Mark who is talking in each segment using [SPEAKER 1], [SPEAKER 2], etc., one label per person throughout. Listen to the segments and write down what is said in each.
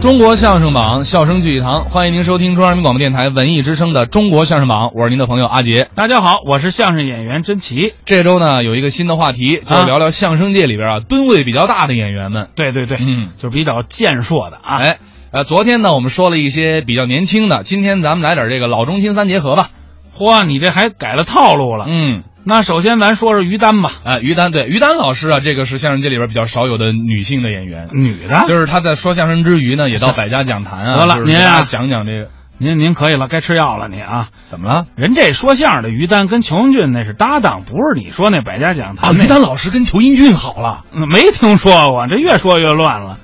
[SPEAKER 1] 中国相声榜，笑声聚一堂，欢迎您收听中央人民广播电台文艺之声的《中国相声榜》，我是您的朋友阿杰。
[SPEAKER 2] 大家好，我是相声演员甄奇。
[SPEAKER 1] 这周呢，有一个新的话题，就是
[SPEAKER 2] 啊
[SPEAKER 1] 聊聊相声界里边啊吨位比较大的演员们。
[SPEAKER 2] 对对对，
[SPEAKER 1] 嗯，
[SPEAKER 2] 就比较健硕的啊。
[SPEAKER 1] 哎，呃，昨天呢我们说了一些比较年轻的，今天咱们来点这个老中青三结合吧。
[SPEAKER 2] 嚯，你这还改了套路了。
[SPEAKER 1] 嗯，
[SPEAKER 2] 那首先咱说说于丹吧，
[SPEAKER 1] 啊、于丹对于丹老师啊，这个是相声界里边比较少有的女性的演员，
[SPEAKER 2] 女的。
[SPEAKER 1] 就是她在说相声之余呢，也到百家讲坛啊，
[SPEAKER 2] 得了
[SPEAKER 1] 就是给
[SPEAKER 2] 您
[SPEAKER 1] 大
[SPEAKER 2] 啊
[SPEAKER 1] 家讲讲这个
[SPEAKER 2] 您您可以了，该吃药了你啊。
[SPEAKER 1] 怎么了
[SPEAKER 2] 人这说相声的于丹跟裘文俊那是搭档，不是你说那百家讲坛那
[SPEAKER 1] 啊丹老师跟裘英俊好了，
[SPEAKER 2] 没听说过，这越说越乱了。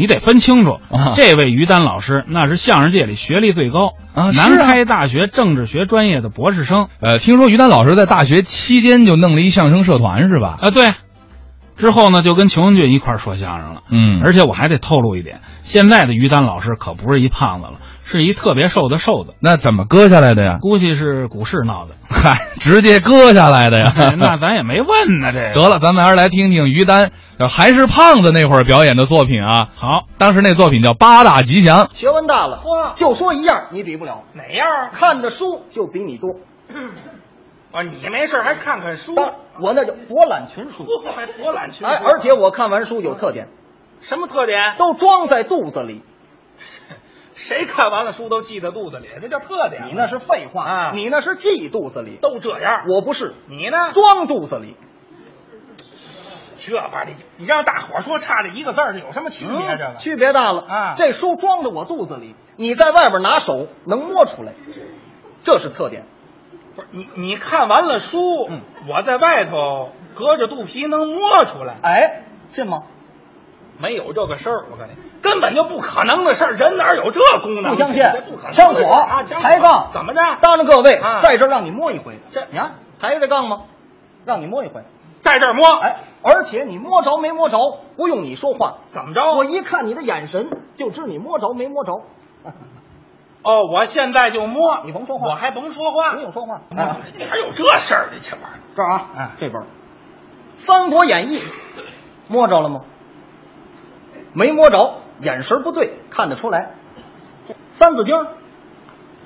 [SPEAKER 2] 你得分清楚
[SPEAKER 1] 啊，
[SPEAKER 2] 这位于丹老师那是相声界里学历最高
[SPEAKER 1] 啊是啊
[SPEAKER 2] 南开大学政治学专业的博士生
[SPEAKER 1] 呃，听说于丹老师在大学期间就弄了一相声社团是吧？
[SPEAKER 2] 啊。对，之后呢就跟裘文俊一块儿说相声了。
[SPEAKER 1] 嗯，
[SPEAKER 2] 而且我还得透露一点，现在的于丹老师可不是一胖子了，是一特别瘦的瘦子，
[SPEAKER 1] 那怎么割下来的呀？
[SPEAKER 2] 估计是股市闹的。
[SPEAKER 1] 嗨，直接割下来的呀。
[SPEAKER 2] 哎那咱也没问呢，这个
[SPEAKER 1] 得了，咱们还是来听听于丹呃还是胖子那会儿表演的作品啊。
[SPEAKER 2] 好，
[SPEAKER 1] 当时那作品叫《八大吉祥》，
[SPEAKER 3] 学问大了，
[SPEAKER 4] 哇
[SPEAKER 3] 就说一样你比不了，
[SPEAKER 4] 哪样啊？
[SPEAKER 3] 看的书就比你 多。
[SPEAKER 4] 啊，你没事儿还看看书？
[SPEAKER 3] 当我那就博览群书，
[SPEAKER 4] 书还博览群书？
[SPEAKER 3] 哎，而且我看完书有特点，
[SPEAKER 4] 什么特点？
[SPEAKER 3] 都装在肚子里。
[SPEAKER 4] 谁看完了书都记在肚子里，那叫特点。
[SPEAKER 3] 你那是废话
[SPEAKER 4] 啊
[SPEAKER 3] 你那是记肚子里。
[SPEAKER 4] 都这样，
[SPEAKER 3] 我不是，
[SPEAKER 4] 你呢？
[SPEAKER 3] 装肚子里。
[SPEAKER 4] 这玩意儿，你让大伙儿说差这一个字儿，这有什么区别？这个
[SPEAKER 3] 嗯区别大了
[SPEAKER 4] 啊
[SPEAKER 3] 这书装在我肚子里，你在外边拿手能摸出来，这是特点。
[SPEAKER 4] 不是你，你看完了书，
[SPEAKER 3] 嗯
[SPEAKER 4] 我在外头隔着肚皮能摸出来，
[SPEAKER 3] 哎，信吗？
[SPEAKER 4] 没有这个事儿。我告诉你，根本就不可能的事儿，人哪有这功能？
[SPEAKER 3] 不相信
[SPEAKER 4] 这不可能的事
[SPEAKER 3] 枪火
[SPEAKER 4] 儿啊！枪火
[SPEAKER 3] 抬杠
[SPEAKER 4] 怎么着？
[SPEAKER 3] 当着各位
[SPEAKER 4] 啊，
[SPEAKER 3] 在这儿让你摸一回，
[SPEAKER 4] 这
[SPEAKER 3] 你看抬着杠吗？让你摸一回。
[SPEAKER 4] 在这儿摸？
[SPEAKER 3] 哎，而且你摸着没摸着，不用你说话，
[SPEAKER 4] 怎么着
[SPEAKER 3] 我一看你的眼神就知你摸着没摸着。
[SPEAKER 4] 哦，我现在就摸，
[SPEAKER 3] 你甭说话
[SPEAKER 4] 我还甭说话，哎
[SPEAKER 3] 没有说话
[SPEAKER 4] 哪
[SPEAKER 3] 啊
[SPEAKER 4] 有这事儿的？这玩意儿，
[SPEAKER 3] 这儿啊，
[SPEAKER 4] 哎
[SPEAKER 3] 这本《三国演义》，摸着了吗？没摸着，眼神不对，看得出来。《三字经》，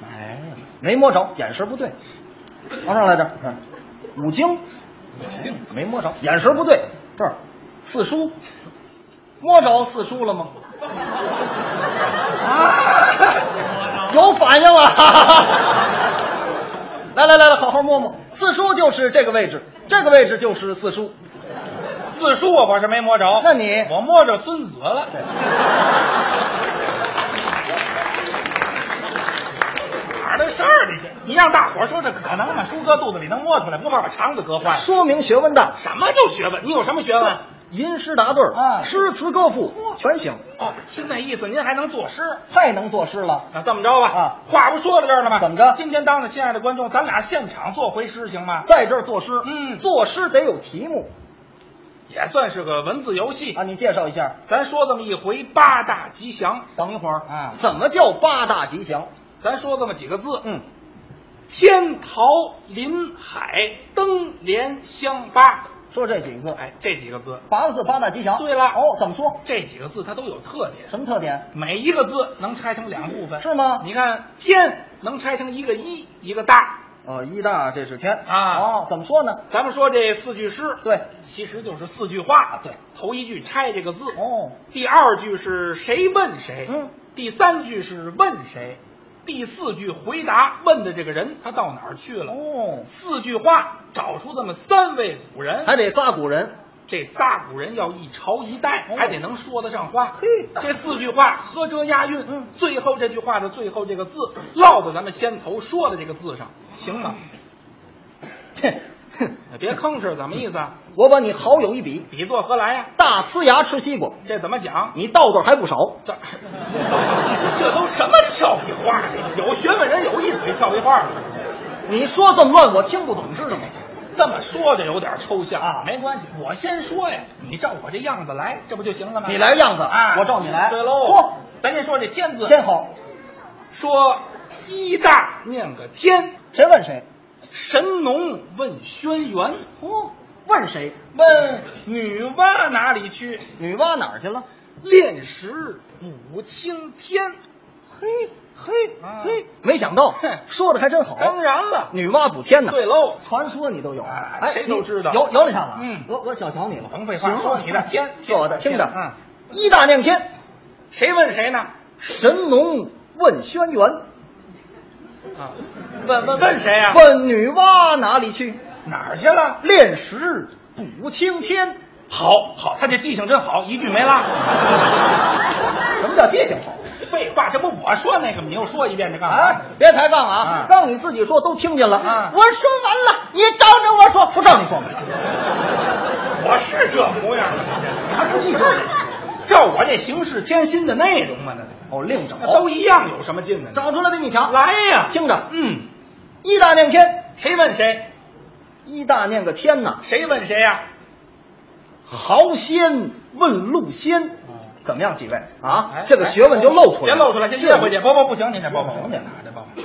[SPEAKER 3] 哎呀，没摸着，眼神不对。往上来点儿，哎五经，没摸着，眼神不对。这儿，四书，摸着四书 了吗？啊，有反应了！来来来来，好好摸摸，四叔就是这个位置，这个位置就是四叔。
[SPEAKER 4] 四书啊我是没摸着，
[SPEAKER 3] 那你
[SPEAKER 4] 我摸着孙子了。哪儿的事儿？你这，你让大伙儿说这可能吗？书搁肚子里能摸出来，不怕把肠子搁坏了？
[SPEAKER 3] 说明学问大，
[SPEAKER 4] 什么叫学问？你有什么学问？
[SPEAKER 3] 吟诗答对儿
[SPEAKER 4] 啊
[SPEAKER 3] 诗词歌赋全行，
[SPEAKER 4] 哦，听那意思，您还能作诗？
[SPEAKER 3] 太能作诗了。
[SPEAKER 4] 那这么着吧，
[SPEAKER 3] 啊
[SPEAKER 4] 话不说到这儿了吧？
[SPEAKER 3] 怎么着啊
[SPEAKER 4] 今天当着亲爱的观众，咱俩现场做回诗行吗？
[SPEAKER 3] 在这儿作诗，
[SPEAKER 4] 嗯
[SPEAKER 3] 作诗得有题目
[SPEAKER 4] 也算是个文字游戏
[SPEAKER 3] 啊。你介绍一下，
[SPEAKER 4] 咱说这么一回八大吉祥，
[SPEAKER 3] 等一会儿
[SPEAKER 4] 啊
[SPEAKER 3] 怎么叫八大吉祥？
[SPEAKER 4] 咱说这么几个字：
[SPEAKER 3] 嗯，
[SPEAKER 4] 天桃林海灯莲香八。
[SPEAKER 3] 说这几个字，
[SPEAKER 4] 哎，这几个字，
[SPEAKER 3] 八个字八大吉祥。
[SPEAKER 4] 对了
[SPEAKER 3] 哦，怎么说？
[SPEAKER 4] 这几个字它都有特点，
[SPEAKER 3] 什么特点？
[SPEAKER 4] 每一个字能拆成两部分，
[SPEAKER 3] 是吗
[SPEAKER 4] 你看天能拆成一个一，一个大。
[SPEAKER 3] 哦，一大这是天
[SPEAKER 4] 啊
[SPEAKER 3] 哦，怎么说呢？
[SPEAKER 4] 咱们说这四句诗，
[SPEAKER 3] 对，啊
[SPEAKER 4] 其实就是四句话。
[SPEAKER 3] 对，
[SPEAKER 4] 头一句拆这个字，
[SPEAKER 3] 哦，
[SPEAKER 4] 第二句是谁问谁，
[SPEAKER 3] 嗯，
[SPEAKER 4] 第三句是问谁，第四句回答问的这个人他到哪儿去了。
[SPEAKER 3] 哦，哎
[SPEAKER 4] 四句话找出这么三位古人，
[SPEAKER 3] 还得仨古人，
[SPEAKER 4] 这仨古人要一朝一代，
[SPEAKER 3] 哦
[SPEAKER 4] 还得能说得上话。
[SPEAKER 3] 嘿嗯
[SPEAKER 4] 这四句话合辙押韵，最后这句话的最后这个字落到咱们先头说的这个字上，行吗？
[SPEAKER 3] 哎
[SPEAKER 4] 别吭哧，怎么意思啊？
[SPEAKER 3] 我把你好友一比，
[SPEAKER 4] 比作何来呀、
[SPEAKER 3] 大呲牙吃西瓜，
[SPEAKER 4] 这怎么讲？
[SPEAKER 3] 你道道还不少。
[SPEAKER 4] 这这都什么俏皮话儿？啊有学问人有一嘴俏皮话儿。
[SPEAKER 3] 你说这么乱，我听不懂，知道吗？
[SPEAKER 4] 这么说着有点抽象
[SPEAKER 3] 啊
[SPEAKER 4] 没关系，我先说呀，你照我这样子来，这不就行了吗？
[SPEAKER 3] 你来样子
[SPEAKER 4] 啊，
[SPEAKER 3] 我照你来
[SPEAKER 4] 对喽，
[SPEAKER 3] 说，
[SPEAKER 4] 咱先说这天字，
[SPEAKER 3] 天好，
[SPEAKER 4] 说一大念个天，
[SPEAKER 3] 谁问谁？
[SPEAKER 4] 神农问轩辕，
[SPEAKER 3] 哦，问谁？
[SPEAKER 4] 问女娲哪里去？
[SPEAKER 3] 女娲哪儿去了？
[SPEAKER 4] 炼石补青天。
[SPEAKER 3] 嘿嘿
[SPEAKER 4] 啊
[SPEAKER 3] 嘿，没想到
[SPEAKER 4] 哼
[SPEAKER 3] 说的还真好。
[SPEAKER 4] 当然了，
[SPEAKER 3] 女娲补天呢？
[SPEAKER 4] 对喽，
[SPEAKER 3] 传说你都有，
[SPEAKER 4] 哎
[SPEAKER 3] 哎，
[SPEAKER 4] 谁都
[SPEAKER 3] 你
[SPEAKER 4] 知道
[SPEAKER 3] 摇摇两下子，
[SPEAKER 4] 嗯
[SPEAKER 3] 我我小瞧你了，
[SPEAKER 4] 甭废话
[SPEAKER 3] 行
[SPEAKER 4] 说你的 天
[SPEAKER 3] 说我的，
[SPEAKER 4] 天
[SPEAKER 3] 听着，
[SPEAKER 4] 嗯，
[SPEAKER 3] 一大念天，
[SPEAKER 4] 谁问谁呢？
[SPEAKER 3] 神农问轩辕，
[SPEAKER 4] 啊，问问问谁呀、
[SPEAKER 3] 问女娲哪里去？
[SPEAKER 4] 哪儿去了？
[SPEAKER 3] 炼石补青天，
[SPEAKER 4] 好好，他这记性真好，一句没落。
[SPEAKER 3] 什么叫记性好？
[SPEAKER 4] 废话，这不我说那个吗，你又说一遍，这干嘛？
[SPEAKER 3] 哎，别抬杠啊
[SPEAKER 4] 啊！
[SPEAKER 3] 杠你自己说都听见了，
[SPEAKER 4] 啊
[SPEAKER 3] 我说完了，你照着我说，不照你说没事。
[SPEAKER 4] 我是这模样吗？你还不是的，照我这行事天心的内容嘛，那
[SPEAKER 3] 哦，另找，
[SPEAKER 4] 那都一样，有什么劲呢？
[SPEAKER 3] 找出来比你强。
[SPEAKER 4] 来呀，
[SPEAKER 3] 听着，
[SPEAKER 4] 嗯，
[SPEAKER 3] 一大念天，
[SPEAKER 4] 谁问谁？
[SPEAKER 3] 一大念个天呐，
[SPEAKER 4] 谁问谁啊呀、
[SPEAKER 3] 豪仙问路仙，怎么样，几位啊
[SPEAKER 4] 哎？
[SPEAKER 3] 这个学问就露出来了，
[SPEAKER 4] 别露出来，先
[SPEAKER 3] 这
[SPEAKER 4] 接回去。包包不行，您这包包，
[SPEAKER 3] 什么
[SPEAKER 4] 您
[SPEAKER 3] 呀
[SPEAKER 4] 拿着包包。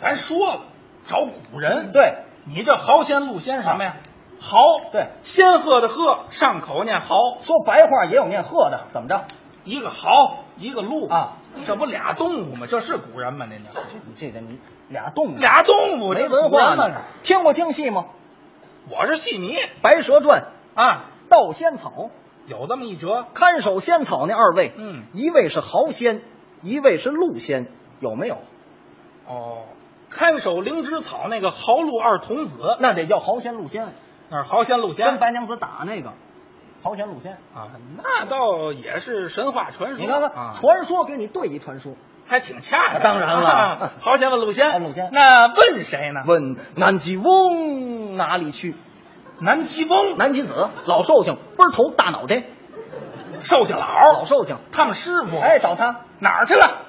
[SPEAKER 4] 咱说了，找古人，
[SPEAKER 3] 对，啊
[SPEAKER 4] 你这豪仙路仙什么呀？豪，
[SPEAKER 3] 对
[SPEAKER 4] 仙鹤的鹤，上口念豪，
[SPEAKER 3] 说白话也有念鹤的，怎么着？
[SPEAKER 4] 一个豪，一个鹿
[SPEAKER 3] 啊，
[SPEAKER 4] 这不俩动物吗？这是古人吗？您这
[SPEAKER 3] 你这个你俩动物，
[SPEAKER 4] 俩动物，
[SPEAKER 3] 没
[SPEAKER 4] 这
[SPEAKER 3] 文
[SPEAKER 4] 古
[SPEAKER 3] 化
[SPEAKER 4] 人吗
[SPEAKER 3] 呢？听过京戏吗？
[SPEAKER 4] 我是戏迷
[SPEAKER 3] 《白蛇传》
[SPEAKER 4] 啊，
[SPEAKER 3] 盗仙草，
[SPEAKER 4] 有这么一折，
[SPEAKER 3] 看守仙草那二位，
[SPEAKER 4] 嗯
[SPEAKER 3] 一位是豪仙，一位是鹿仙，有没有？
[SPEAKER 4] 哦，看守灵芝草那个豪鹿二童子，
[SPEAKER 3] 那得叫豪仙鹿仙，
[SPEAKER 4] 那是豪仙鹿仙
[SPEAKER 3] 跟白娘子打那个豪仙鹿仙。
[SPEAKER 4] 啊，那倒也是神话传说。
[SPEAKER 3] 你看看，
[SPEAKER 4] 啊、
[SPEAKER 3] 传说给你对一传说，
[SPEAKER 4] 还挺恰当。
[SPEAKER 3] 当然了
[SPEAKER 4] 啊豪仙问陆仙，
[SPEAKER 3] 问陆仙
[SPEAKER 4] 那问谁呢？
[SPEAKER 3] 问南极翁哪里去？
[SPEAKER 4] 南极翁，
[SPEAKER 3] 南极子老寿星，倍儿头大脑袋，
[SPEAKER 4] 寿星
[SPEAKER 3] 老
[SPEAKER 4] 老，
[SPEAKER 3] 寿星。
[SPEAKER 4] 他们师傅，
[SPEAKER 3] 哎，，找他
[SPEAKER 4] 哪儿去了？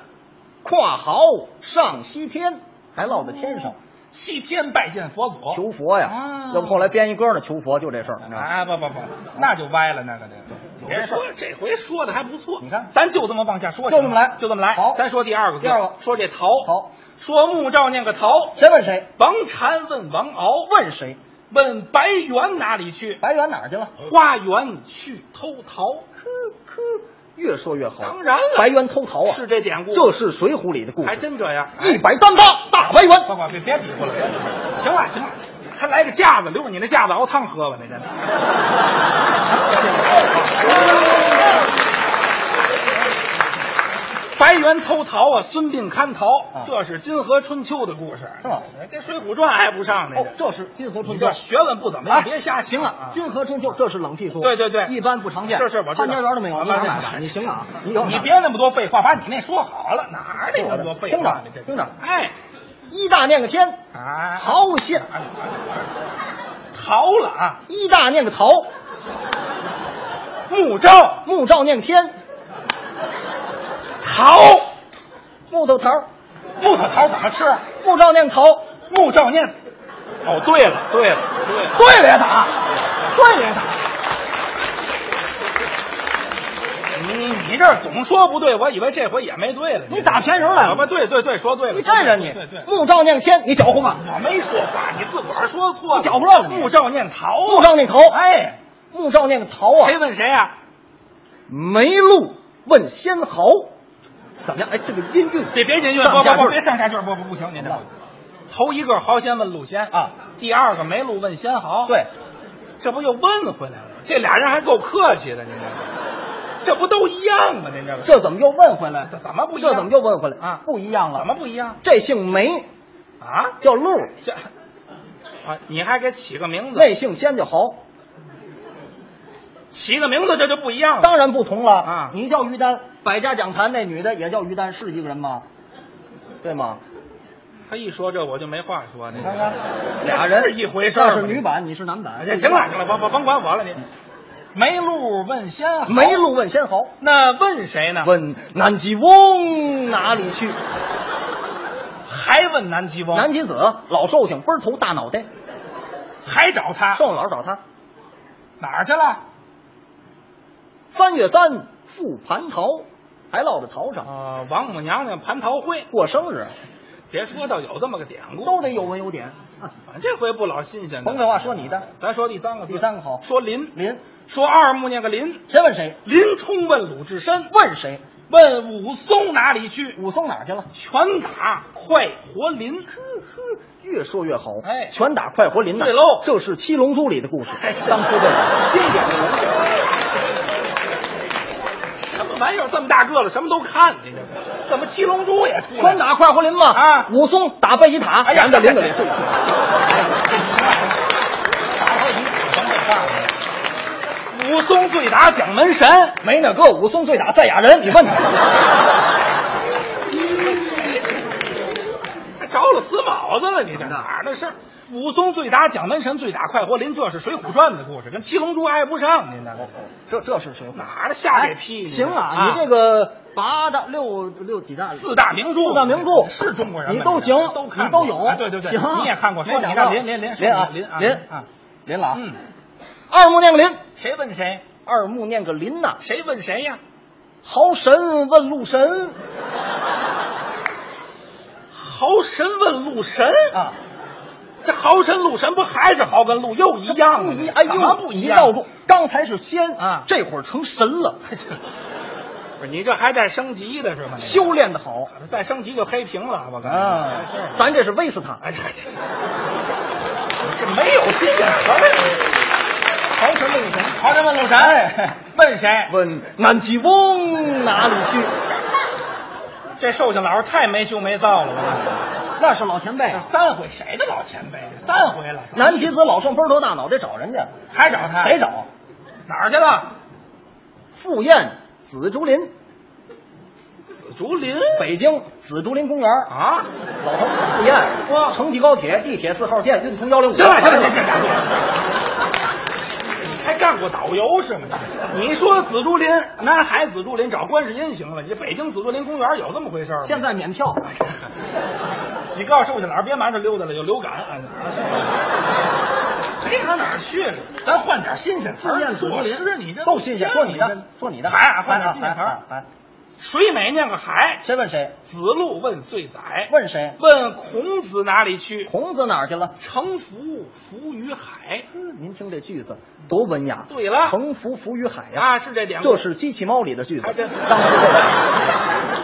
[SPEAKER 3] 跨豪上西天，还落在天上
[SPEAKER 4] 西天拜见佛祖，
[SPEAKER 3] 求佛呀
[SPEAKER 4] 哦啊。
[SPEAKER 3] 要不后来编一歌呢，求佛就这事儿，你知道吗？
[SPEAKER 4] 啊，不不不，那就歪了，那个那个。别说这回说的还不错，
[SPEAKER 3] 你看
[SPEAKER 4] 咱就这么往下说，
[SPEAKER 3] 就这么来
[SPEAKER 4] 就这么来。
[SPEAKER 3] 好
[SPEAKER 4] 咱说第二个字，
[SPEAKER 3] 第二个
[SPEAKER 4] 说这陶，
[SPEAKER 3] 陶，
[SPEAKER 4] 说穆兆念个陶，
[SPEAKER 3] 谁问谁？
[SPEAKER 4] 王禅问王敖，
[SPEAKER 3] 问谁？
[SPEAKER 4] 问白猿哪里去？
[SPEAKER 3] 白猿哪儿去了？
[SPEAKER 4] 花园去偷桃，
[SPEAKER 3] 呵呵，越说越好。
[SPEAKER 4] 当然了
[SPEAKER 3] 白猿偷桃啊，
[SPEAKER 4] 是这哎典故，
[SPEAKER 3] 这是《水浒》里的故事，
[SPEAKER 4] 还真这样。
[SPEAKER 3] 一百单八大白
[SPEAKER 4] 快
[SPEAKER 3] 猿。
[SPEAKER 4] 快别别比划了，别比划了行了行了，还来个架子，留着你那架子熬汤喝吧，那真的。白猿偷桃啊，孙膑看桃，
[SPEAKER 3] 啊
[SPEAKER 4] 这是金河春秋的故事，
[SPEAKER 3] 是吗
[SPEAKER 4] 跟《水浒传》啊挨不上那
[SPEAKER 3] 哦
[SPEAKER 4] 个。，
[SPEAKER 3] 这是《金河
[SPEAKER 4] 你
[SPEAKER 3] 春秋
[SPEAKER 4] 这》。学问不怎么
[SPEAKER 3] 哎
[SPEAKER 4] 样，别瞎
[SPEAKER 3] 行啊！
[SPEAKER 4] 金
[SPEAKER 3] 金河春秋这是冷僻书，
[SPEAKER 4] 对对对
[SPEAKER 3] 一般不常见。
[SPEAKER 4] 是是我知道
[SPEAKER 3] 潘家园都没有，
[SPEAKER 4] 我
[SPEAKER 3] 你哪
[SPEAKER 4] 知道
[SPEAKER 3] 买的？你行啊，你有
[SPEAKER 4] 你别那么多废话，把你那说好了，哪儿那那么多废话？
[SPEAKER 3] 听
[SPEAKER 4] 你
[SPEAKER 3] 着
[SPEAKER 4] 这
[SPEAKER 3] 听着
[SPEAKER 4] 哎，
[SPEAKER 3] 一大念个天，
[SPEAKER 4] 啊，
[SPEAKER 3] 桃仙；
[SPEAKER 4] 逃了啊！
[SPEAKER 3] 一大念个桃，
[SPEAKER 4] 木照
[SPEAKER 3] 木照念天，
[SPEAKER 4] 桃，
[SPEAKER 3] 木头桃，
[SPEAKER 4] 木头桃怎么吃？啊
[SPEAKER 3] 木照念桃，
[SPEAKER 4] 木照念。哦，对了，对了，对了，
[SPEAKER 3] 对了也打，对了也打。
[SPEAKER 4] 你你这儿总说不对，我以为这回也没对了。
[SPEAKER 3] 你打偏人来了
[SPEAKER 4] 啊不对对对，说对了。
[SPEAKER 3] 你这人
[SPEAKER 4] 对对
[SPEAKER 3] 你，
[SPEAKER 4] 对
[SPEAKER 3] 木照念天，你搅和啊吧。
[SPEAKER 4] 我没说话，你自个儿说错了。
[SPEAKER 3] 你搅和乱了你
[SPEAKER 4] 木照念桃。
[SPEAKER 3] 木照念桃，
[SPEAKER 4] 哎，
[SPEAKER 3] 木照念个桃啊。
[SPEAKER 4] 谁问谁啊？
[SPEAKER 3] 梅露问仙豪，怎么样？哎，这个音韵，
[SPEAKER 4] 别别进去，
[SPEAKER 3] 上
[SPEAKER 4] 不
[SPEAKER 3] 下
[SPEAKER 4] 不不，
[SPEAKER 3] 句
[SPEAKER 4] 别上下句儿，不不不行，您这
[SPEAKER 3] 好吧
[SPEAKER 4] 头一个豪仙问陆仙
[SPEAKER 3] 啊，
[SPEAKER 4] 第二个梅露问仙豪，，
[SPEAKER 3] 对，
[SPEAKER 4] 这不又问回来了？这俩人还够客气的，您这这不都一样吗？您这个
[SPEAKER 3] 这怎么又问回来？
[SPEAKER 4] 这怎么不一样
[SPEAKER 3] 这怎么又问回来
[SPEAKER 4] 啊
[SPEAKER 3] 不一样了，
[SPEAKER 4] 怎么不一样
[SPEAKER 3] 这姓梅
[SPEAKER 4] 啊？
[SPEAKER 3] 叫露，
[SPEAKER 4] 这啊，你还给起个名字，
[SPEAKER 3] 那姓仙叫豪，
[SPEAKER 4] 嗯起个名字这就不一样了。
[SPEAKER 3] 当然不同了
[SPEAKER 4] 啊
[SPEAKER 3] 你叫于丹，百家讲坛那女的也叫于丹，是一个人吗？对吗？
[SPEAKER 4] 他一说这我就没话说，
[SPEAKER 3] 你
[SPEAKER 4] 您
[SPEAKER 3] 看
[SPEAKER 4] 这
[SPEAKER 3] 看
[SPEAKER 4] 这，
[SPEAKER 3] 俩人
[SPEAKER 4] 是一回事儿吗
[SPEAKER 3] 那是女版，你是男版。
[SPEAKER 4] 哎行了行了，甭甭甭管我了，你梅露问仙豪，
[SPEAKER 3] 梅露问仙豪，
[SPEAKER 4] 那问谁呢？
[SPEAKER 3] 问南极翁哪里去？
[SPEAKER 4] 嗯还问南极翁，
[SPEAKER 3] 南极子老寿星，倍儿头大脑袋，
[SPEAKER 4] 还找他
[SPEAKER 3] 寿老找他。
[SPEAKER 4] 哪儿去了？
[SPEAKER 3] 三月三复蟠桃，还落在桃上
[SPEAKER 4] 呃啊，王母娘娘蟠桃会
[SPEAKER 3] 过生日，
[SPEAKER 4] 别说到有这么个典故，
[SPEAKER 3] 都得有文有典。啊
[SPEAKER 4] 反正这回不老新鲜的。
[SPEAKER 3] 甭废话说你的
[SPEAKER 4] 咱说第三个字，
[SPEAKER 3] 第三个好
[SPEAKER 4] 说林
[SPEAKER 3] 林，
[SPEAKER 4] 说二木那个林，
[SPEAKER 3] 谁问谁？
[SPEAKER 4] 林冲问鲁智深，
[SPEAKER 3] 问谁？
[SPEAKER 4] 问武松哪里去？
[SPEAKER 3] 武松哪儿去了？
[SPEAKER 4] 拳打快活林。
[SPEAKER 3] 越说越好，
[SPEAKER 4] 哎
[SPEAKER 3] 拳打快活林呐
[SPEAKER 4] 对喽
[SPEAKER 3] 这是《七龙珠》里的故事，
[SPEAKER 4] 哎这
[SPEAKER 3] 当初的经典的人物。
[SPEAKER 4] 什么玩意儿？这么大个子，什么都看，你这是怎么七龙珠也出来
[SPEAKER 3] 拳
[SPEAKER 4] 了？
[SPEAKER 3] 打快活林嘛，
[SPEAKER 4] 啊
[SPEAKER 3] 武松打贝吉塔，
[SPEAKER 4] 哎呀
[SPEAKER 3] 咱的林子里
[SPEAKER 4] 这这这
[SPEAKER 3] 哎
[SPEAKER 4] 武松对打蒋门神，
[SPEAKER 3] 没哪个武松最打赛亚人，你问他。
[SPEAKER 4] 着了死毛子了，你这哪儿的事儿？武松醉打蒋门神，醉打快活林，这是《水浒传》的故事，跟七龙珠挨不上。您那个
[SPEAKER 3] 这这是谁？
[SPEAKER 4] 哪儿的下给批？你
[SPEAKER 3] 行啊，
[SPEAKER 4] 啊，
[SPEAKER 3] 你这个八大六六几大
[SPEAKER 4] 四大名著，
[SPEAKER 3] 四大名著
[SPEAKER 4] 是中国人吗，
[SPEAKER 3] 你都行
[SPEAKER 4] 这，都看
[SPEAKER 3] 你都
[SPEAKER 4] 过
[SPEAKER 3] 有，
[SPEAKER 4] 哎对对对，
[SPEAKER 3] 行，啊
[SPEAKER 4] 你也看过。
[SPEAKER 3] 没
[SPEAKER 4] 说
[SPEAKER 3] 想
[SPEAKER 4] 你
[SPEAKER 3] 到
[SPEAKER 4] 这林林林
[SPEAKER 3] 林啊
[SPEAKER 4] 林啊
[SPEAKER 3] 林
[SPEAKER 4] 啊，
[SPEAKER 3] 林了啊，
[SPEAKER 4] 嗯，
[SPEAKER 3] 二木念个林，
[SPEAKER 4] 谁问谁？
[SPEAKER 3] 二木念个林呐，
[SPEAKER 4] 谁问谁呀？
[SPEAKER 3] 豪神问路神
[SPEAKER 4] 豪神问路神
[SPEAKER 3] 啊，
[SPEAKER 4] 这豪神路神不还是豪跟路又一样吗？
[SPEAKER 3] 不一，哎
[SPEAKER 4] 怎么
[SPEAKER 3] 呦，
[SPEAKER 4] 不一
[SPEAKER 3] 你
[SPEAKER 4] 样？
[SPEAKER 3] 绕住，刚才是仙
[SPEAKER 4] 啊
[SPEAKER 3] 这会儿成神了，
[SPEAKER 4] 不是你这还带升级的是吧？
[SPEAKER 3] 修炼的好
[SPEAKER 4] 再升级就黑屏了，我告诉你。
[SPEAKER 3] 啊
[SPEAKER 4] 哎是，
[SPEAKER 3] 咱这是威斯塔，
[SPEAKER 4] 哎呀，这这这没有心眼儿了。
[SPEAKER 3] 豪神问路神，
[SPEAKER 4] 朝臣问路神，
[SPEAKER 3] 哎
[SPEAKER 4] 问谁？
[SPEAKER 3] 问南极翁哪里去？
[SPEAKER 4] 这寿星老师太没羞没臊了吧？
[SPEAKER 3] 那是老前辈
[SPEAKER 4] 这，三回谁的老前辈？这三回了，
[SPEAKER 3] 南极子老圣奔头大脑得找人家，
[SPEAKER 4] 还找他？
[SPEAKER 3] 得找
[SPEAKER 4] 哪儿去了？
[SPEAKER 3] 赴宴紫竹林，
[SPEAKER 4] 紫竹林
[SPEAKER 3] 北京紫竹林公园啊。
[SPEAKER 4] 啊！
[SPEAKER 3] 老头赴宴，
[SPEAKER 4] 哇
[SPEAKER 3] 城际高铁地铁四号线运通幺零五。
[SPEAKER 4] 行了行了行了，行了还干过导游是吗？你说紫竹林，南海紫竹林找观世音行了，你这北京紫竹林公园有这么回事儿吗？
[SPEAKER 3] 现在免票，
[SPEAKER 4] 你告诉寿星老师别忙着溜达了，有流 感啊！哪儿去了？没哪儿哪儿去了？咱换点新鲜词
[SPEAKER 3] 赴
[SPEAKER 4] 儿
[SPEAKER 3] 宴，紫竹
[SPEAKER 4] 我是
[SPEAKER 3] 林
[SPEAKER 4] 你这
[SPEAKER 3] 够新鲜，说你的，说你的，
[SPEAKER 4] 海啊，换点新鲜词
[SPEAKER 3] 来
[SPEAKER 4] 儿。，
[SPEAKER 3] 来来
[SPEAKER 4] 水美念个海，
[SPEAKER 3] 谁问谁？
[SPEAKER 4] 子路问岁宰，
[SPEAKER 3] 问谁？
[SPEAKER 4] 问孔子哪里去？
[SPEAKER 3] 孔子哪儿去了？
[SPEAKER 4] 乘浮浮于海。
[SPEAKER 3] 嗯您听这句子多文雅。
[SPEAKER 4] 对了
[SPEAKER 3] 乘浮浮于海呀，
[SPEAKER 4] 啊，是哎这典故。
[SPEAKER 3] 这是机器猫里的句子。
[SPEAKER 4] 还真
[SPEAKER 3] 当时这
[SPEAKER 4] 啊
[SPEAKER 3] 个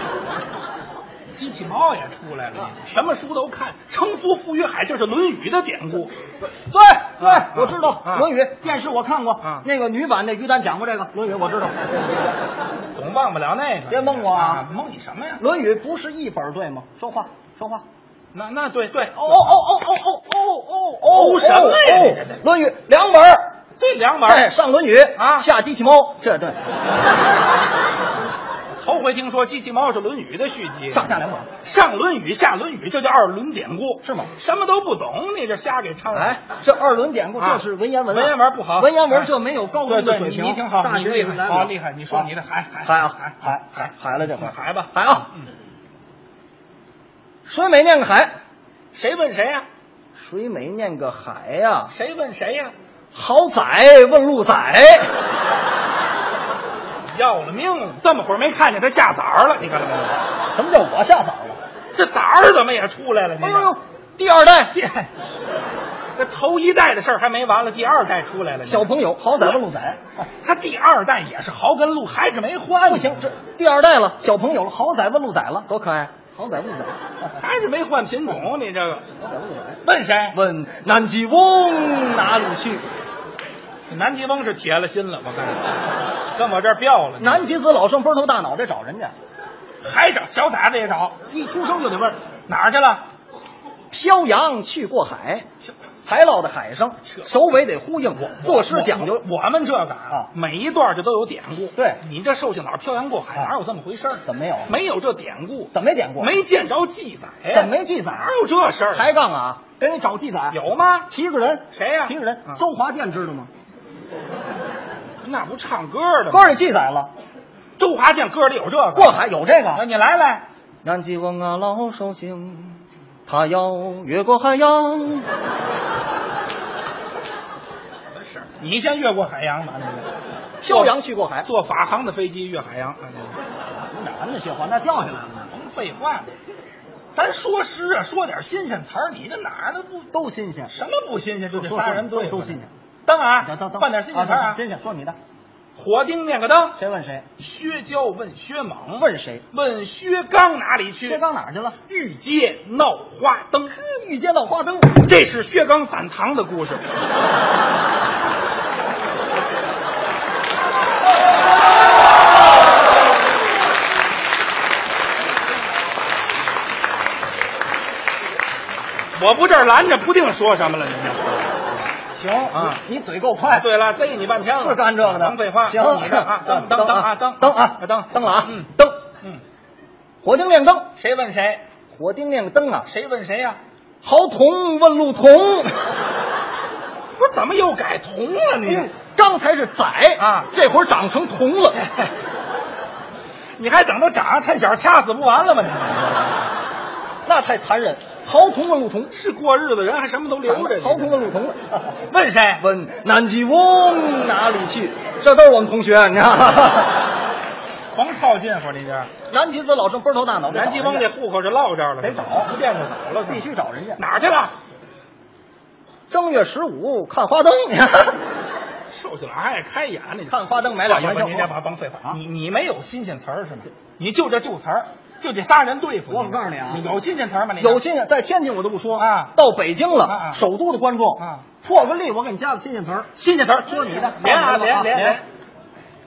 [SPEAKER 4] 机器猫也出来
[SPEAKER 3] 啊
[SPEAKER 4] 了，什么书都看。乘浮浮于海，这是《论语》的典故。
[SPEAKER 3] 对
[SPEAKER 4] 啊
[SPEAKER 3] 哎对，我知道
[SPEAKER 4] 啊
[SPEAKER 3] 《论语》电视我看过
[SPEAKER 4] 啊，
[SPEAKER 3] 那个女版那于丹讲过这个《论语》，我知道。
[SPEAKER 4] 总忘不了那个。
[SPEAKER 3] 别蒙我啊
[SPEAKER 4] 蒙你什么呀
[SPEAKER 3] 《论语》不是一本儿对吗？说话，说话。
[SPEAKER 4] 那那对对，哦
[SPEAKER 3] 哦哦哦哦哦哦哦
[SPEAKER 4] 哦什么呀
[SPEAKER 3] 哦
[SPEAKER 4] 你这这
[SPEAKER 3] 论语》两本儿，
[SPEAKER 4] 对，两本
[SPEAKER 3] 哎，
[SPEAKER 4] 儿。
[SPEAKER 3] 上《论语》
[SPEAKER 4] 啊
[SPEAKER 3] 下机器猫，这对，
[SPEAKER 4] 头回听说机器猫是《论语》的续集，
[SPEAKER 3] 上下两本儿。
[SPEAKER 4] 上《论语》下《论语》，这叫二轮典故，
[SPEAKER 3] 是吗
[SPEAKER 4] 什么都不懂，你这瞎给掺和。
[SPEAKER 3] 哎，这二轮典故
[SPEAKER 4] 啊
[SPEAKER 3] 这是文言文啊，
[SPEAKER 4] 文言文不好，
[SPEAKER 3] 文言文
[SPEAKER 4] 哎
[SPEAKER 3] 这没有高中的
[SPEAKER 4] 对对
[SPEAKER 3] 水平。
[SPEAKER 4] 你你挺好，
[SPEAKER 3] 大
[SPEAKER 4] 你
[SPEAKER 3] 学
[SPEAKER 4] 厉
[SPEAKER 3] 也来
[SPEAKER 4] 害，
[SPEAKER 3] 不了
[SPEAKER 4] 好厉害。你说你的海海
[SPEAKER 3] 海啊
[SPEAKER 4] 海
[SPEAKER 3] 海海海了这回
[SPEAKER 4] 海吧，
[SPEAKER 3] 海啊，水美念个海，
[SPEAKER 4] 谁问谁呀？
[SPEAKER 3] 水美念个海呀，
[SPEAKER 4] 谁问谁呀？
[SPEAKER 3] 好仔问路仔，
[SPEAKER 4] 要了命了！这么会儿没看见他下崽儿了，你看见没有？
[SPEAKER 3] 什么叫我下崽了？
[SPEAKER 4] 这崽儿怎么也出来了？你
[SPEAKER 3] 哎呦呦，第二代
[SPEAKER 4] 这， 这头一代的事儿还没完了，第二代出来了。
[SPEAKER 3] 小朋友好仔问路仔，
[SPEAKER 4] 他第二代也是豪跟路，还是没换，
[SPEAKER 3] 哎不行，，这第二代了，小朋友了，好仔问路仔了，多可爱！好仔问路仔，
[SPEAKER 4] 还是没换品种。你这个
[SPEAKER 3] 好仔问路仔。
[SPEAKER 4] 问谁？
[SPEAKER 3] 问嗯南极翁哪里去？
[SPEAKER 4] 南极翁是铁了心了，我看跟我这儿飙了。
[SPEAKER 3] 南极子老圣奔头大脑袋找人家，
[SPEAKER 4] 还找小崽子也找
[SPEAKER 3] 一出生就得问
[SPEAKER 4] 哪儿去了？
[SPEAKER 3] 漂洋去过海，才落到海上，首尾得呼应，作诗讲究。
[SPEAKER 4] 我我们这个
[SPEAKER 3] 啊
[SPEAKER 4] 每一段就都有典故。
[SPEAKER 3] 对
[SPEAKER 4] 你这寿星老漂洋过海，
[SPEAKER 3] 啊
[SPEAKER 4] 哎哪有这么回事儿？
[SPEAKER 3] 怎么没有
[SPEAKER 4] 没有这典故，
[SPEAKER 3] 怎么没点过？
[SPEAKER 4] 没见着记载呀，
[SPEAKER 3] 啊怎么没记载啊
[SPEAKER 4] 哪有这事儿？
[SPEAKER 3] 抬杠啊！给你找记载，
[SPEAKER 4] 有吗？
[SPEAKER 3] 提个人，
[SPEAKER 4] 谁呀
[SPEAKER 3] 提个人，
[SPEAKER 4] 啊
[SPEAKER 3] 周华健知道吗？
[SPEAKER 4] 那不唱歌的
[SPEAKER 3] 歌
[SPEAKER 4] 吗？
[SPEAKER 3] 里记载了，
[SPEAKER 4] 周华健歌里有这个
[SPEAKER 3] 过海有这
[SPEAKER 4] 那
[SPEAKER 3] 个。
[SPEAKER 4] 你来来，
[SPEAKER 3] 南极翁啊，老寿星，他要越过海洋。
[SPEAKER 4] 你先越过海洋吧，
[SPEAKER 3] 漂洋去过海，
[SPEAKER 4] 坐法航的飞机越海洋。啊
[SPEAKER 3] 哪门子笑话？那掉下来了。
[SPEAKER 4] 甭废话，咱说诗啊，说点新鲜词儿，你这哪儿的不
[SPEAKER 3] 都新鲜。
[SPEAKER 4] 什么不新鲜？就这
[SPEAKER 3] 说
[SPEAKER 4] 仨人
[SPEAKER 3] 说
[SPEAKER 4] 对
[SPEAKER 3] 都
[SPEAKER 4] 付
[SPEAKER 3] 新鲜。
[SPEAKER 4] 当然
[SPEAKER 3] 等等等，
[SPEAKER 4] 办啊点新鲜词儿
[SPEAKER 3] 啊
[SPEAKER 4] 啊
[SPEAKER 3] 新。鲜说你的，
[SPEAKER 4] 火丁念个灯，
[SPEAKER 3] 谁问谁？
[SPEAKER 4] 薛娇问薛莽，
[SPEAKER 3] 问谁？
[SPEAKER 4] 问薛刚哪里去？
[SPEAKER 3] 薛刚哪儿去了？
[SPEAKER 4] 御街闹花灯，
[SPEAKER 3] 遇见到花灯，
[SPEAKER 4] 这是薛刚反唐的故事。我不这儿拦着，不定说什么了。您这
[SPEAKER 3] 行
[SPEAKER 4] 啊
[SPEAKER 3] 你你嘴够快。
[SPEAKER 4] 对了，逮你半天了，
[SPEAKER 3] 是干这个的。
[SPEAKER 4] 甭废话，
[SPEAKER 3] 行，
[SPEAKER 4] 你这啊，
[SPEAKER 3] 灯
[SPEAKER 4] 蹬蹬蹬啊，蹬
[SPEAKER 3] 灯啊，
[SPEAKER 4] 蹬
[SPEAKER 3] 灯了啊，
[SPEAKER 4] 嗯
[SPEAKER 3] 灯。
[SPEAKER 4] 嗯，
[SPEAKER 3] 火丁亮灯，
[SPEAKER 4] 谁问谁？
[SPEAKER 3] 火丁亮灯啊，
[SPEAKER 4] 谁问谁呀、
[SPEAKER 3] 豪童问路 童。
[SPEAKER 4] 不是，怎么又改童了你？
[SPEAKER 3] 嗯刚才是宰
[SPEAKER 4] 啊
[SPEAKER 3] 这会儿长成童 了。
[SPEAKER 4] 你还等到长趁小掐死不完 了吗？你
[SPEAKER 3] 那太残忍。豪童问路童，
[SPEAKER 4] 是过日子人，还什么都留着。
[SPEAKER 3] 豪童问路童了。
[SPEAKER 4] 问谁？
[SPEAKER 3] 问南极翁哪里去？这都是我们同学，你看。
[SPEAKER 4] 狂套近乎，你这
[SPEAKER 3] 南极子老生崩头大脑，
[SPEAKER 4] 南极翁这户口就落这儿了，
[SPEAKER 3] 得找，
[SPEAKER 4] 不见就走了，
[SPEAKER 3] 必须找人家。
[SPEAKER 4] 哪儿去了？
[SPEAKER 3] 正月十五看花灯， 你看
[SPEAKER 4] 瘦小孩也开眼，你
[SPEAKER 3] 看花灯买俩元宵
[SPEAKER 4] 你这
[SPEAKER 3] 花
[SPEAKER 4] 甭。甭废话，
[SPEAKER 3] 啊
[SPEAKER 4] 你你没有新鲜词儿是吗？你就这旧词儿，就这仨人对付你。
[SPEAKER 3] 我告诉你啊
[SPEAKER 4] 你有新鲜词儿吗？你
[SPEAKER 3] 有新鲜，在天津我都不说
[SPEAKER 4] 啊
[SPEAKER 3] 到北京了，
[SPEAKER 4] 啊啊
[SPEAKER 3] 首都的观众
[SPEAKER 4] 啊，
[SPEAKER 3] 破个例，我给你加个新鲜词儿。
[SPEAKER 4] 新鲜词儿，
[SPEAKER 3] 说你的
[SPEAKER 4] 连
[SPEAKER 3] 到
[SPEAKER 4] 啊
[SPEAKER 3] 你的
[SPEAKER 4] 连
[SPEAKER 3] 啊
[SPEAKER 4] 连
[SPEAKER 3] 连
[SPEAKER 4] 连，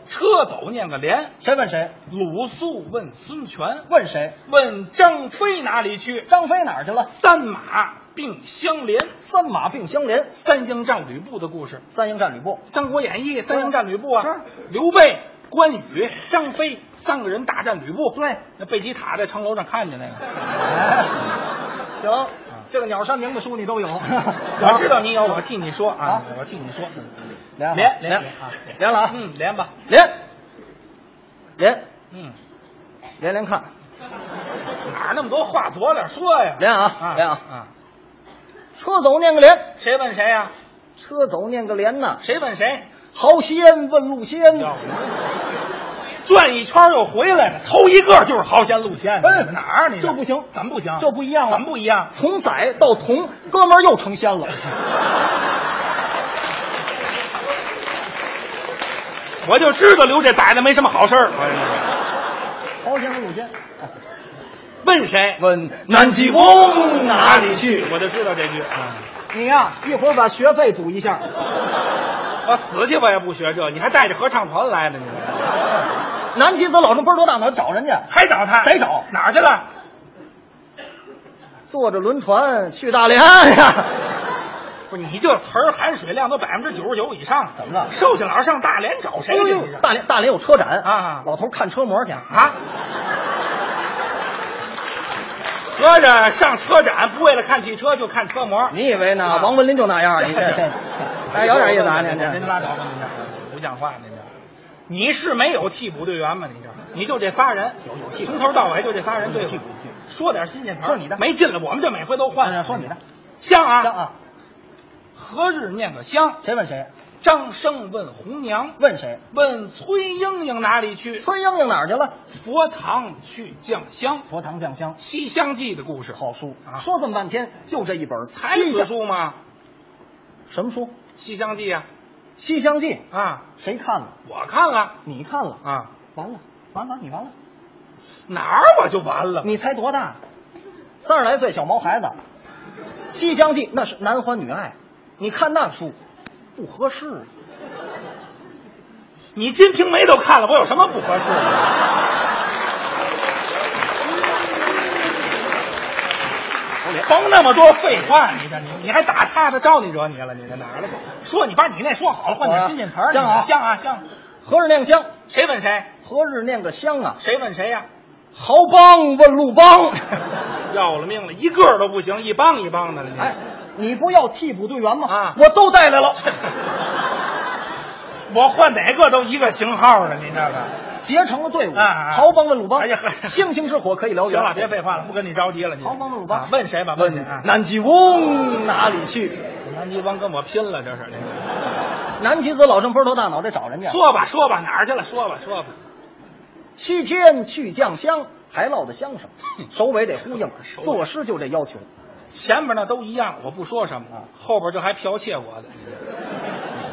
[SPEAKER 4] 车走念个连，
[SPEAKER 3] 谁问谁？
[SPEAKER 4] 鲁肃问孙权，
[SPEAKER 3] 问谁？
[SPEAKER 4] 问张飞哪里去？
[SPEAKER 3] 张飞哪儿去了？
[SPEAKER 4] 三马并相连，
[SPEAKER 3] 三马并相连，
[SPEAKER 4] 三英战吕布的故事，《
[SPEAKER 3] 三英战吕布。
[SPEAKER 4] 三国演义》三英战吕布啊
[SPEAKER 3] 是，
[SPEAKER 4] 刘备、关羽、张飞三个人大战吕布。
[SPEAKER 3] 对，
[SPEAKER 4] 那贝吉塔在城楼上看见那个， 啊
[SPEAKER 3] 行，这个鸟山明的书你都有，
[SPEAKER 4] 我
[SPEAKER 3] 我
[SPEAKER 4] 知道你有，我替你说啊
[SPEAKER 3] 啊，
[SPEAKER 4] 我替你说，
[SPEAKER 3] 连
[SPEAKER 4] 连
[SPEAKER 3] 连
[SPEAKER 4] 连啊
[SPEAKER 3] 连了啊，
[SPEAKER 4] 嗯，连吧，
[SPEAKER 3] 连连
[SPEAKER 4] 嗯，
[SPEAKER 3] 连连看，
[SPEAKER 4] 哪儿那么多话，左点说呀，
[SPEAKER 3] 连啊
[SPEAKER 4] 啊
[SPEAKER 3] 连啊，
[SPEAKER 4] 啊，
[SPEAKER 3] 车走念个连，
[SPEAKER 4] 谁问谁啊呀？
[SPEAKER 3] 车走念个连呐，
[SPEAKER 4] 谁问谁？
[SPEAKER 3] 豪仙问路仙，
[SPEAKER 4] 转一圈又回来了，头一个就是豪仙路线，
[SPEAKER 3] 嗯
[SPEAKER 4] 哪儿啊你
[SPEAKER 3] 这不行
[SPEAKER 4] 怎么不行？
[SPEAKER 3] 这不一样了
[SPEAKER 4] 怎么不一样？啊
[SPEAKER 3] 从宰到童，哥们儿又成仙 了。
[SPEAKER 4] 我就知道留这崽子没什么好事儿。
[SPEAKER 3] 豪仙问路仙，
[SPEAKER 4] 问谁？
[SPEAKER 3] 问
[SPEAKER 4] 南极翁哪里去？啊我就知道这句。
[SPEAKER 3] 你呀、一会儿把学费补一下。
[SPEAKER 4] 我死去我也不学这，你还带着合唱团来呢，你
[SPEAKER 3] 南极子老生倍儿多大脑，找人家
[SPEAKER 4] 还找他？
[SPEAKER 3] 得找
[SPEAKER 4] 哪儿去了？
[SPEAKER 3] 坐着轮船去大连呀。
[SPEAKER 4] 不是你这词儿含水量都百分之九十九以上，
[SPEAKER 3] 怎么了
[SPEAKER 4] 寿星老师上大连找谁
[SPEAKER 3] 哎
[SPEAKER 4] 去？
[SPEAKER 3] 呦
[SPEAKER 4] 你这
[SPEAKER 3] 大连大连有车展
[SPEAKER 4] 啊
[SPEAKER 3] 老头看车模去。
[SPEAKER 4] 啊！合着上车展不为了看汽车，就看车模。
[SPEAKER 3] 你以为呢？
[SPEAKER 4] 啊
[SPEAKER 3] 王文林就那样？ 你这这，哎，有点意思啊！您
[SPEAKER 4] 您
[SPEAKER 3] 这
[SPEAKER 4] 拉倒吧，您这不像话，您这。你是没有替补队员吗？你这，你就这仨人，有有替，从头到尾就这仨人对付。说点新鲜词儿，
[SPEAKER 3] 说你的哎
[SPEAKER 4] 没劲了，我们这每回都换。
[SPEAKER 3] 说你的，
[SPEAKER 4] 香啊，
[SPEAKER 3] 张啊，
[SPEAKER 4] 何日念个香？
[SPEAKER 3] 谁问谁？
[SPEAKER 4] 张生问红娘，
[SPEAKER 3] 问谁？
[SPEAKER 4] 问崔莺莺哪里去？
[SPEAKER 3] 崔莺莺哪儿去了？
[SPEAKER 4] 佛堂去降香，《
[SPEAKER 3] 佛堂酱香，
[SPEAKER 4] 西厢记》的故事，
[SPEAKER 3] 好书
[SPEAKER 4] 啊
[SPEAKER 3] 说这么半天，就这一本《
[SPEAKER 4] 才
[SPEAKER 3] 西
[SPEAKER 4] 子
[SPEAKER 3] 厢
[SPEAKER 4] 书吗？
[SPEAKER 3] 什么书？《
[SPEAKER 4] 《西厢记》啊
[SPEAKER 3] 西厢记》
[SPEAKER 4] 啊，
[SPEAKER 3] 谁看了？
[SPEAKER 4] 我看了
[SPEAKER 3] 你看了？
[SPEAKER 4] 啊，
[SPEAKER 3] 完了，完了，你完了！
[SPEAKER 4] 哪儿我就完了。
[SPEAKER 3] 你才多大？三十来岁小毛孩子，《西厢记》那是男欢女爱，你看那书不合适。
[SPEAKER 4] 你《金瓶梅》都看了，我有什么不合适的？甭那么多废话，你这你你还打岔的，招你惹你了？你这哪儿了？说你把你那说好了，换点新鲜词儿。
[SPEAKER 3] 像啊
[SPEAKER 4] 像啊像，
[SPEAKER 3] 何日念香？
[SPEAKER 4] 谁问谁？
[SPEAKER 3] 何日念个香啊？
[SPEAKER 4] 谁问谁呀、
[SPEAKER 3] 豪帮问路 帮。
[SPEAKER 4] 要了命了，一个都不行，一帮一帮的了。你
[SPEAKER 3] 哎，，你不要替补队员吗？
[SPEAKER 4] 啊
[SPEAKER 3] 我都带来了。
[SPEAKER 4] 我换哪个都一个型号的，你这个。
[SPEAKER 3] 结成了队伍，
[SPEAKER 4] 啊啊啊
[SPEAKER 3] 豪帮问鲁帮，
[SPEAKER 4] 哎呀呵
[SPEAKER 3] 星星之火可以燎原。
[SPEAKER 4] 行了，别废话了，不跟你着急了。你
[SPEAKER 3] 好帮帮帮
[SPEAKER 4] 啊问谁吧？
[SPEAKER 3] 问
[SPEAKER 4] 谁啊？
[SPEAKER 3] 南极翁哪里去？
[SPEAKER 4] 南极帮跟我拼了，这是。这个
[SPEAKER 3] 南极子老郑坡头大脑袋找人家。
[SPEAKER 4] 说吧，说吧，哪儿去了？说吧，说吧。
[SPEAKER 3] 西天去酱香，还落得香上，首尾得呼应，
[SPEAKER 4] 首尾
[SPEAKER 3] 作诗就这要求。
[SPEAKER 4] 前面呢都一样，我不说什么，啊后边就还剽窃我的，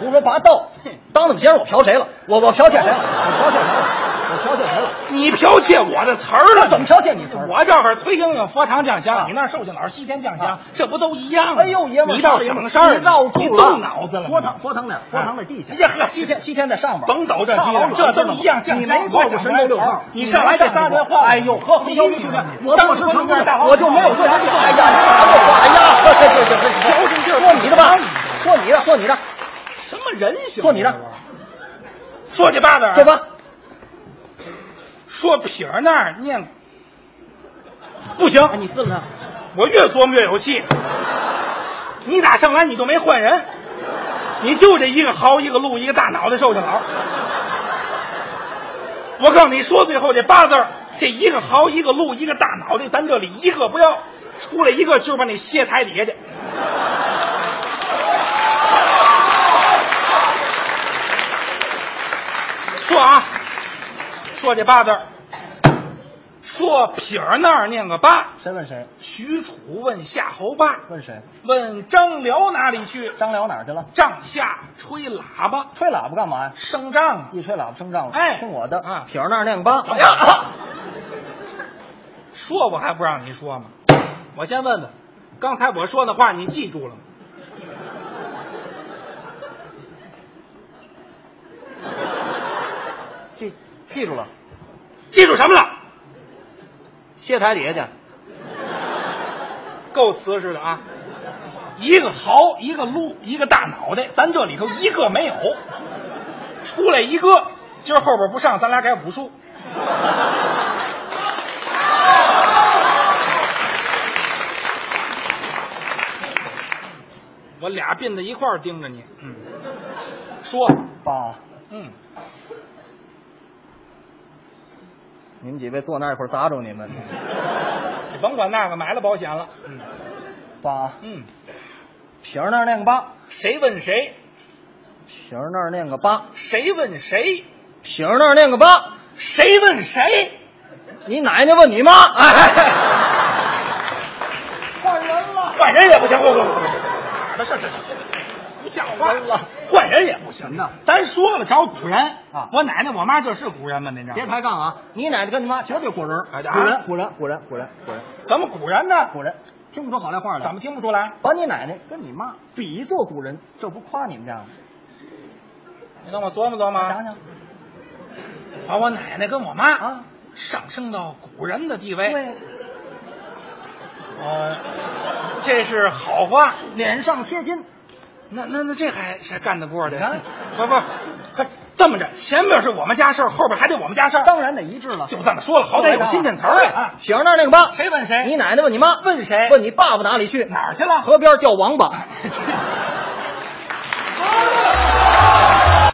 [SPEAKER 3] 胡说八道！当怎么先生我剽谁了？我我剽窃 谁了？我剽窃谁了？我剽窃谁了？
[SPEAKER 4] 你剽窃我的词儿
[SPEAKER 3] 那
[SPEAKER 4] 了，
[SPEAKER 3] 怎么剽窃你词儿
[SPEAKER 4] 我这会儿推应有佛堂酱香，
[SPEAKER 3] 啊
[SPEAKER 4] 你那儿寿星老师西天酱香
[SPEAKER 3] 啊，
[SPEAKER 4] 这不都一样吗？
[SPEAKER 3] 哎呦，爷们儿，
[SPEAKER 4] 你倒省事儿了，
[SPEAKER 3] 你绕住了，
[SPEAKER 4] 你动脑子了，
[SPEAKER 3] 佛堂，佛堂在佛堂在地下。
[SPEAKER 4] 哎呀呵
[SPEAKER 3] 西天西天在上边，
[SPEAKER 4] 甭抖这
[SPEAKER 3] 上
[SPEAKER 4] 机
[SPEAKER 3] 老
[SPEAKER 4] 了，
[SPEAKER 3] 者
[SPEAKER 4] 这
[SPEAKER 3] 知道
[SPEAKER 4] 都一样。
[SPEAKER 3] 吗你没做过神州六道，
[SPEAKER 4] 你上来得搭电话，
[SPEAKER 3] 哎呦，呵，
[SPEAKER 4] 你
[SPEAKER 3] 有
[SPEAKER 4] 你
[SPEAKER 3] 兄弟，我做
[SPEAKER 4] 我当
[SPEAKER 3] 事
[SPEAKER 4] 时
[SPEAKER 3] 成劲
[SPEAKER 4] 成劲
[SPEAKER 3] 儿
[SPEAKER 4] 儿大王，
[SPEAKER 3] 我就没有做神州。哎呀，你打我，哎呀，呵呵这这这
[SPEAKER 4] 矫情劲儿
[SPEAKER 3] 说你的吧，说你的，说你的，
[SPEAKER 4] 什么人啊性？
[SPEAKER 3] 说你的，
[SPEAKER 4] 说你爸那儿，
[SPEAKER 3] 说吧，
[SPEAKER 4] 说撇儿那儿念，不行，
[SPEAKER 3] 哎你试试他。
[SPEAKER 4] 我越琢磨越有气。你打上来你就没换人，你就这一个豪，一个鹿，一个大脑袋瘦小佬。我告诉你说最后这八字儿，这一个豪，一个鹿，一个大脑袋，咱这里一个不要，出来一个就把你歇台底下去。说啊，说这八字儿，说撇儿那儿念个八，
[SPEAKER 3] 谁问谁？
[SPEAKER 4] 许褚问夏侯霸，
[SPEAKER 3] 问谁？
[SPEAKER 4] 问张辽哪里去？
[SPEAKER 3] 张辽哪儿去了？
[SPEAKER 4] 帐下吹喇叭
[SPEAKER 3] 吹喇叭干嘛呀？
[SPEAKER 4] 升帐。
[SPEAKER 3] 一吹喇叭升帐了。
[SPEAKER 4] 哎
[SPEAKER 3] 听我的
[SPEAKER 4] 啊
[SPEAKER 3] 撇儿那儿亮八。
[SPEAKER 4] 哎呀，说我还不让你说吗？我先问问，刚才我说的话你记住了吗？
[SPEAKER 3] 记记住了，
[SPEAKER 4] 记住什么了？
[SPEAKER 3] 歇台底下去。
[SPEAKER 4] 够瓷实的啊！一个豪，一个鹿，一个大脑袋，咱这里头一个没有，出来一个，今儿后边不上，咱俩改武术。我俩并在一块儿盯着你，嗯，说，
[SPEAKER 3] 爸，
[SPEAKER 4] 嗯，
[SPEAKER 3] 你们几位坐那儿一会儿砸着 你们。
[SPEAKER 4] 你甭管那个，买了保险了，嗯
[SPEAKER 3] 爸，
[SPEAKER 4] 嗯，
[SPEAKER 3] 撇儿那儿亮个八，
[SPEAKER 4] 谁问谁，
[SPEAKER 3] 撇儿那儿亮个八，
[SPEAKER 4] 谁问谁，
[SPEAKER 3] 撇儿那儿亮个八。
[SPEAKER 4] 谁问谁，
[SPEAKER 3] 你奶奶问你妈，哎，
[SPEAKER 4] 换人也不行，不不不不，不是是是，不像话了，换人也不行
[SPEAKER 3] 呐
[SPEAKER 4] 咱说了找古人
[SPEAKER 3] 啊
[SPEAKER 4] 我奶奶我妈这是古人吗？您这
[SPEAKER 3] 别抬杠啊！你奶奶跟你妈绝对古人，
[SPEAKER 4] 哎
[SPEAKER 3] 古人，古人，古人，古人，古人，
[SPEAKER 4] 怎么古人呢？
[SPEAKER 3] 古人，听不出好赖话来。
[SPEAKER 4] 怎么听不出来？
[SPEAKER 3] 把你奶奶跟你妈比作古人，这不夸你们家吗？
[SPEAKER 4] 你让我琢磨琢磨，
[SPEAKER 3] 想想
[SPEAKER 4] 把我奶奶跟我妈
[SPEAKER 3] 啊，
[SPEAKER 4] 上升到古人的地位，
[SPEAKER 3] 对，
[SPEAKER 4] 呃，这是好话。
[SPEAKER 3] 脸上贴金，
[SPEAKER 4] 那那那这还还干得过这？
[SPEAKER 3] 你看
[SPEAKER 4] 不不，可这么着，前面是我们家事儿，后边还得我们家事儿，
[SPEAKER 3] 当然得一致了。哎
[SPEAKER 4] 就这么说了，好歹有新鲜词儿啊。
[SPEAKER 3] 撇儿那儿亮个八，
[SPEAKER 4] 谁问谁
[SPEAKER 3] 你奶奶问你妈，
[SPEAKER 4] 问谁
[SPEAKER 3] 问你爸爸哪里去？
[SPEAKER 4] 哪儿去了？
[SPEAKER 3] 河边钓王八。